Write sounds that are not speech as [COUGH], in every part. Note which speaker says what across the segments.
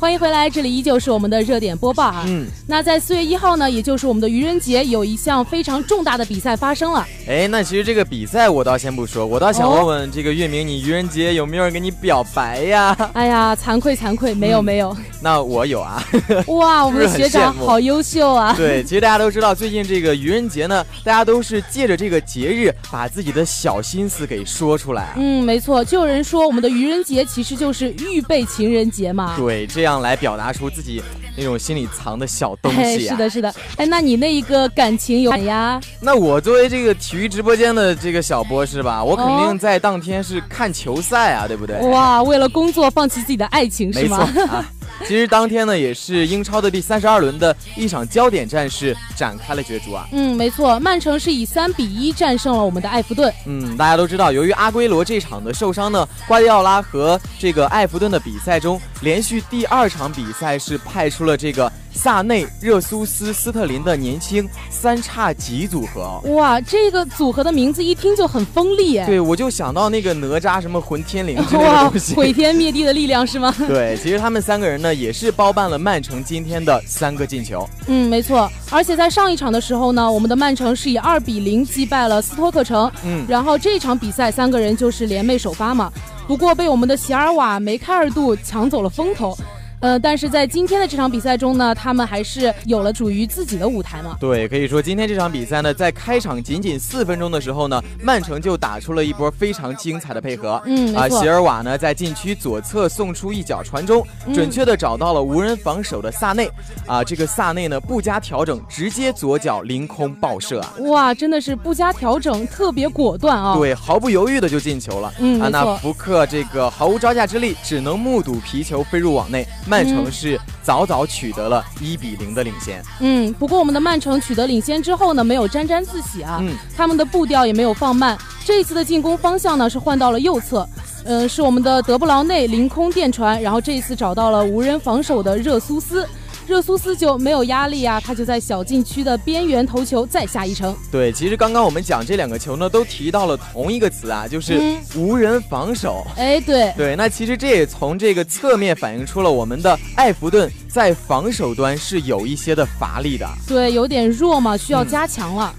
Speaker 1: 欢迎回来，这里依旧是我们的热点播报啊。
Speaker 2: 嗯，
Speaker 1: 那在四月一号呢，也就是我们的愚人节，有一项非常重大的比赛发生
Speaker 2: [LAUGHS]
Speaker 1: 了。
Speaker 2: 哎，那其实这个比赛我倒先不说，我倒想问问这个月明，你愚人节有没有人给你表白 [LAUGHS] 呀？
Speaker 1: 哎呀，惭愧惭愧，没有
Speaker 2: 嗯
Speaker 1: 没
Speaker 2: [LAUGHS]
Speaker 1: 有。
Speaker 2: 那我有啊。
Speaker 1: 哇，我们的
Speaker 2: 是不是
Speaker 1: 学
Speaker 2: 很
Speaker 1: 长
Speaker 2: 羡慕
Speaker 1: 好优秀啊！
Speaker 2: [LAUGHS] 对，其实大家都知道，最近这个愚人节呢，大家都是借着这个节日把自己的小心思给说出来啊。
Speaker 1: 嗯，没错，就有人说我们的愚人节其实就是预备情人节嘛。
Speaker 2: 对，这样来表达出自己那种心里藏的小东
Speaker 1: 哎，
Speaker 2: 西
Speaker 1: 是
Speaker 2: [LAUGHS] 啊。
Speaker 1: 的，是的。哎，那你那一个感情
Speaker 2: [LAUGHS]
Speaker 1: 有呀？
Speaker 2: 那我作为这个体育直播间的这个小博士吧，我肯
Speaker 1: 哦
Speaker 2: 定在当天是看球赛啊，对不对？
Speaker 1: 哇，为了工作放弃自己的爱 [LAUGHS] 情是
Speaker 2: 没错
Speaker 1: 吗？
Speaker 2: 啊。其实当天呢，也是英超的第三十二轮的一场焦点战事展开了角逐啊。
Speaker 1: 嗯，没错，曼城是以三比一战胜了我们的埃弗顿。
Speaker 2: 嗯，大家都知道，由于阿圭罗这场的受伤呢，瓜迪奥拉和这个埃弗顿的比赛中，连续第二场比赛是派出了这个萨内、热苏斯、斯特林的年轻三叉戟组合哦。
Speaker 1: 哇，这个组合的名字一听就很锋利哎！
Speaker 2: 对，我就想到那个哪吒什么混天绫之类的
Speaker 1: [LAUGHS] 哇
Speaker 2: 东，西。
Speaker 1: 毁天灭地的力量是
Speaker 2: [LAUGHS]
Speaker 1: 吗？
Speaker 2: 对，其实他们三个人呢，也是包办了曼城今天的三个进球。
Speaker 1: 嗯，没错。而且在上一场的时候呢，我们的曼城是以二比零击败了斯托克城。
Speaker 2: 嗯，
Speaker 1: 然后这场比赛三个人就是联袂首发嘛，不过被我们的席尔瓦、梅开二度抢走了风头。呃，但是在今天的这场比赛中呢，他们还是有了属于自己的舞台嘛。
Speaker 2: 对，可以说今天这场比赛呢，在开场仅仅四分钟的时候呢，曼城就打出了一波非常精彩的配合。
Speaker 1: 嗯，
Speaker 2: 啊，
Speaker 1: 没错
Speaker 2: 席。尔瓦呢在禁区左侧送出一脚传中，
Speaker 1: 嗯
Speaker 2: 准确的找到了无人防守的萨内。啊，这个萨内呢不加调整，直接左脚凌空爆射啊！
Speaker 1: 哇，真的是不加调整，特别果断啊、，
Speaker 2: 对，毫不犹豫的就进球了。
Speaker 1: 嗯，
Speaker 2: 啊，
Speaker 1: 没
Speaker 2: 那
Speaker 1: 错。
Speaker 2: 福克这个毫无招架之力，只能目睹皮球飞入网内，曼城
Speaker 1: 嗯
Speaker 2: 是早早取得了一比零的领先。
Speaker 1: 嗯，不过我们的曼城取得领先之后呢，没有沾沾自喜啊，
Speaker 2: 嗯
Speaker 1: 他们的步调也没有放慢。这一次的进攻方向呢是换到了右侧，嗯、是我们的德布劳内凌空垫传，然后这一次找到了无人防守的热苏斯。热苏斯就没有压力啊，他就在小禁区的边缘头球再下一城。
Speaker 2: 对，其实刚刚我们讲这两个球呢，都提到了同一个词啊，就是
Speaker 1: 嗯
Speaker 2: 无人防守。
Speaker 1: 哎，对，
Speaker 2: 对，那其实这也从这个侧面反映出了我们的艾弗顿在防守端是有一些的乏力的。
Speaker 1: 对，有点弱嘛，需要
Speaker 2: 嗯
Speaker 1: 加强了。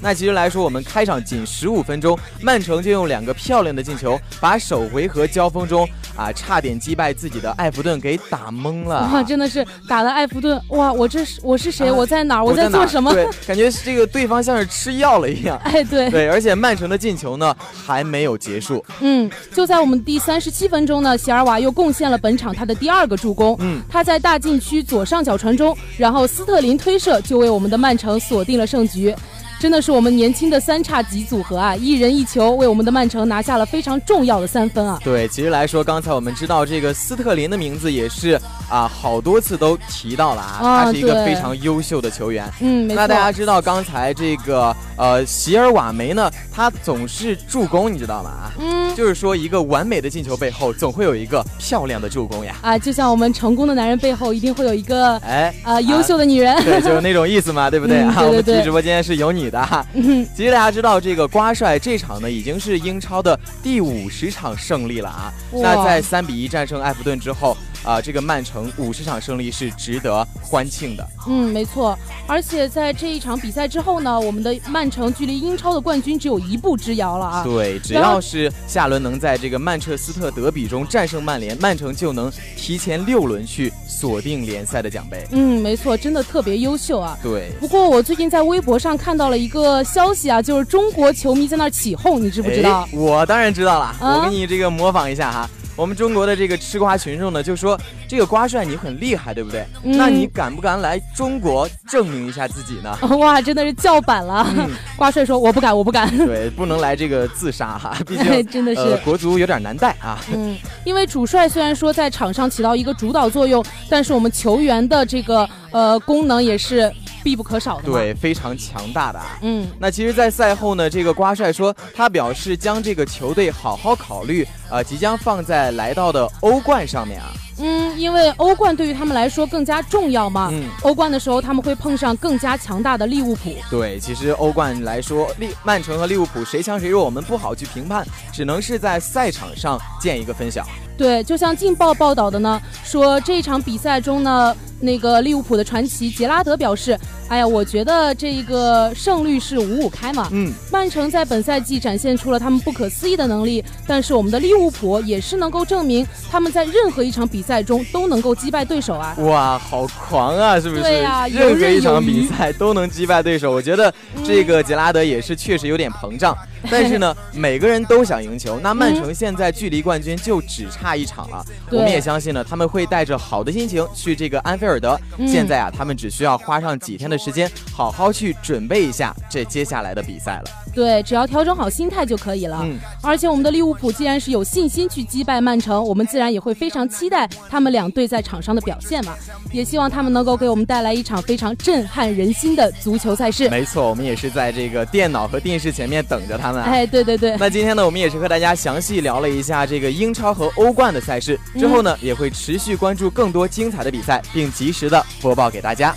Speaker 2: 那其实来说，我们开场仅十五分钟，曼城就用两个漂亮的进球，把首回合交锋中啊差点击败自己的艾弗顿给打懵了。
Speaker 1: 哇，真的是打的埃弗顿，哇，我这是我是谁？
Speaker 2: 嗯啊
Speaker 1: 我在哪儿？
Speaker 2: 我
Speaker 1: 在
Speaker 2: 哪
Speaker 1: 做
Speaker 2: 儿
Speaker 1: 什么？。
Speaker 2: 对，感觉是这个对方像是吃药了一样
Speaker 1: 哎，对，
Speaker 2: 对，而且曼城的进球呢还没有结束。
Speaker 1: 嗯，就在我们第三十七分钟呢，席尔瓦又贡献了本场他的第二个助攻。
Speaker 2: 嗯，
Speaker 1: 他在大禁区左上角传中，然后斯特林推射就为我们的曼城锁定了胜局。真的是我们年轻的三叉戟组合啊，一人一球为我们的曼城拿下了非常重要的三分啊。
Speaker 2: 对，其实来说，刚才我们知道这个斯特林的名字也是啊，好多次都提到了啊，
Speaker 1: 啊
Speaker 2: 他是一个
Speaker 1: 对
Speaker 2: 非常优秀的球员。
Speaker 1: 嗯，没错。
Speaker 2: 那大家知道刚才这个呃席尔瓦梅呢，他总是助攻，你知道吗？啊，
Speaker 1: 嗯
Speaker 2: 就是说一个完美的进球背后，总会有一个漂亮的助攻呀。
Speaker 1: 啊，就像我们成功的男人背后一定会有一个
Speaker 2: 哎，
Speaker 1: 啊优秀的女人。
Speaker 2: [LAUGHS] 对，就是那种意思嘛，对不对啊？
Speaker 1: 嗯对对
Speaker 2: 我们体
Speaker 1: 对
Speaker 2: 育直播间是有你的哈。
Speaker 1: 嗯
Speaker 2: 其实大家知道，这个瓜帅这场呢，已经是英超的第五十场胜利了啊。
Speaker 1: 哇
Speaker 2: 那在三比一战胜埃弗顿之后，啊、这个曼城五十场胜利是值得欢庆的。
Speaker 1: [LAUGHS] 嗯，没错。而且在这一场比赛之后呢，我们的曼城距离英超的冠军只有一步之遥了啊。
Speaker 2: 对，只
Speaker 1: 然后
Speaker 2: 要是下轮能在这个曼彻斯特德比中战胜曼联，曼城就能提前六轮去锁定联赛的奖杯。
Speaker 1: 嗯，没错，真的特别优秀啊。
Speaker 2: 对，
Speaker 1: 不过我最近在微博上看到了一个消息啊，就是中国球迷在那儿起哄，你知不知道
Speaker 2: 哎？我当然知道了，
Speaker 1: 啊
Speaker 2: 我给你这个模仿一下哈。我们中国的这个吃瓜群众呢，就说这个瓜帅你很厉害，对不对？
Speaker 1: 嗯
Speaker 2: 那你敢不敢来中国证明一下自己
Speaker 1: [LAUGHS]
Speaker 2: 呢？
Speaker 1: 哇，真的是叫板了！
Speaker 2: 嗯
Speaker 1: 瓜帅说：“我不敢，我不敢。
Speaker 2: 对，不能来这个自
Speaker 1: [LAUGHS]
Speaker 2: 杀哈，毕竟、
Speaker 1: 哎真的是
Speaker 2: 呃国足有点难带啊。”
Speaker 1: 嗯，因为主帅虽然说在场上起到一个主导作用，但是我们球员的这个呃功能也是必不可少的嘛。
Speaker 2: 对，非常强大的啊。
Speaker 1: 嗯，
Speaker 2: 那其实，在赛后呢，这个瓜帅说，他表示将这个球队好好考虑，呃，即将放在来到的欧冠上面啊。
Speaker 1: 嗯，因为欧冠对于他们来说更加重要嘛。
Speaker 2: 嗯
Speaker 1: 欧冠的时候他们会碰上更加强大的利物浦。
Speaker 2: 对，其实欧冠来说，利曼城和利物浦谁强谁弱，我们不好去评判，只能是在赛场上见一个分晓。
Speaker 1: 对，就像《劲报》报道的呢，说这一场比赛中呢，那个利物浦的传奇杰拉德表示：“哎呀，我觉得这个胜率是五五开嘛。
Speaker 2: 嗯，
Speaker 1: 曼城在本赛季展现出了他们不可思议的能力，但是我们的利物浦也是能够证明他们在任何一场比赛中都能够击败对手啊。
Speaker 2: 嗯哇，好狂啊，是不是？
Speaker 1: 对呀游
Speaker 2: 任何
Speaker 1: 刃
Speaker 2: 一场
Speaker 1: 有余
Speaker 2: 比赛都能击败对手，我觉得
Speaker 1: 嗯
Speaker 2: 这个杰拉德也是确实有点膨
Speaker 1: [LAUGHS]
Speaker 2: 胀。但是呢，每个人都想赢球。那曼城现在距离冠军就只差一场了，
Speaker 1: 嗯对
Speaker 2: 我们也相信呢，他们会带着好的心情去这个安菲尔德。
Speaker 1: 嗯
Speaker 2: 现在啊，他们只需要花上几天的时间，好好去准备一下这接下来的比赛了。
Speaker 1: 对，只要调整好心态就可以了。
Speaker 2: 嗯，
Speaker 1: 而且我们的利物浦既然是有信心去击败曼城，我们自然也会非常期待他们两队在场上的表现嘛。也希望他们能够给我们带来一场非常震撼人心的足球赛事。
Speaker 2: [LAUGHS] 没错，我们也是在这个电脑和电视前面等着他们、啊。
Speaker 1: 哎，对对对，
Speaker 2: 那今天呢，我们也是和大家详细聊了一下这个英超和欧冠的赛事，之后呢，也会持续关注更多精彩的比赛，并及时的播报给大家。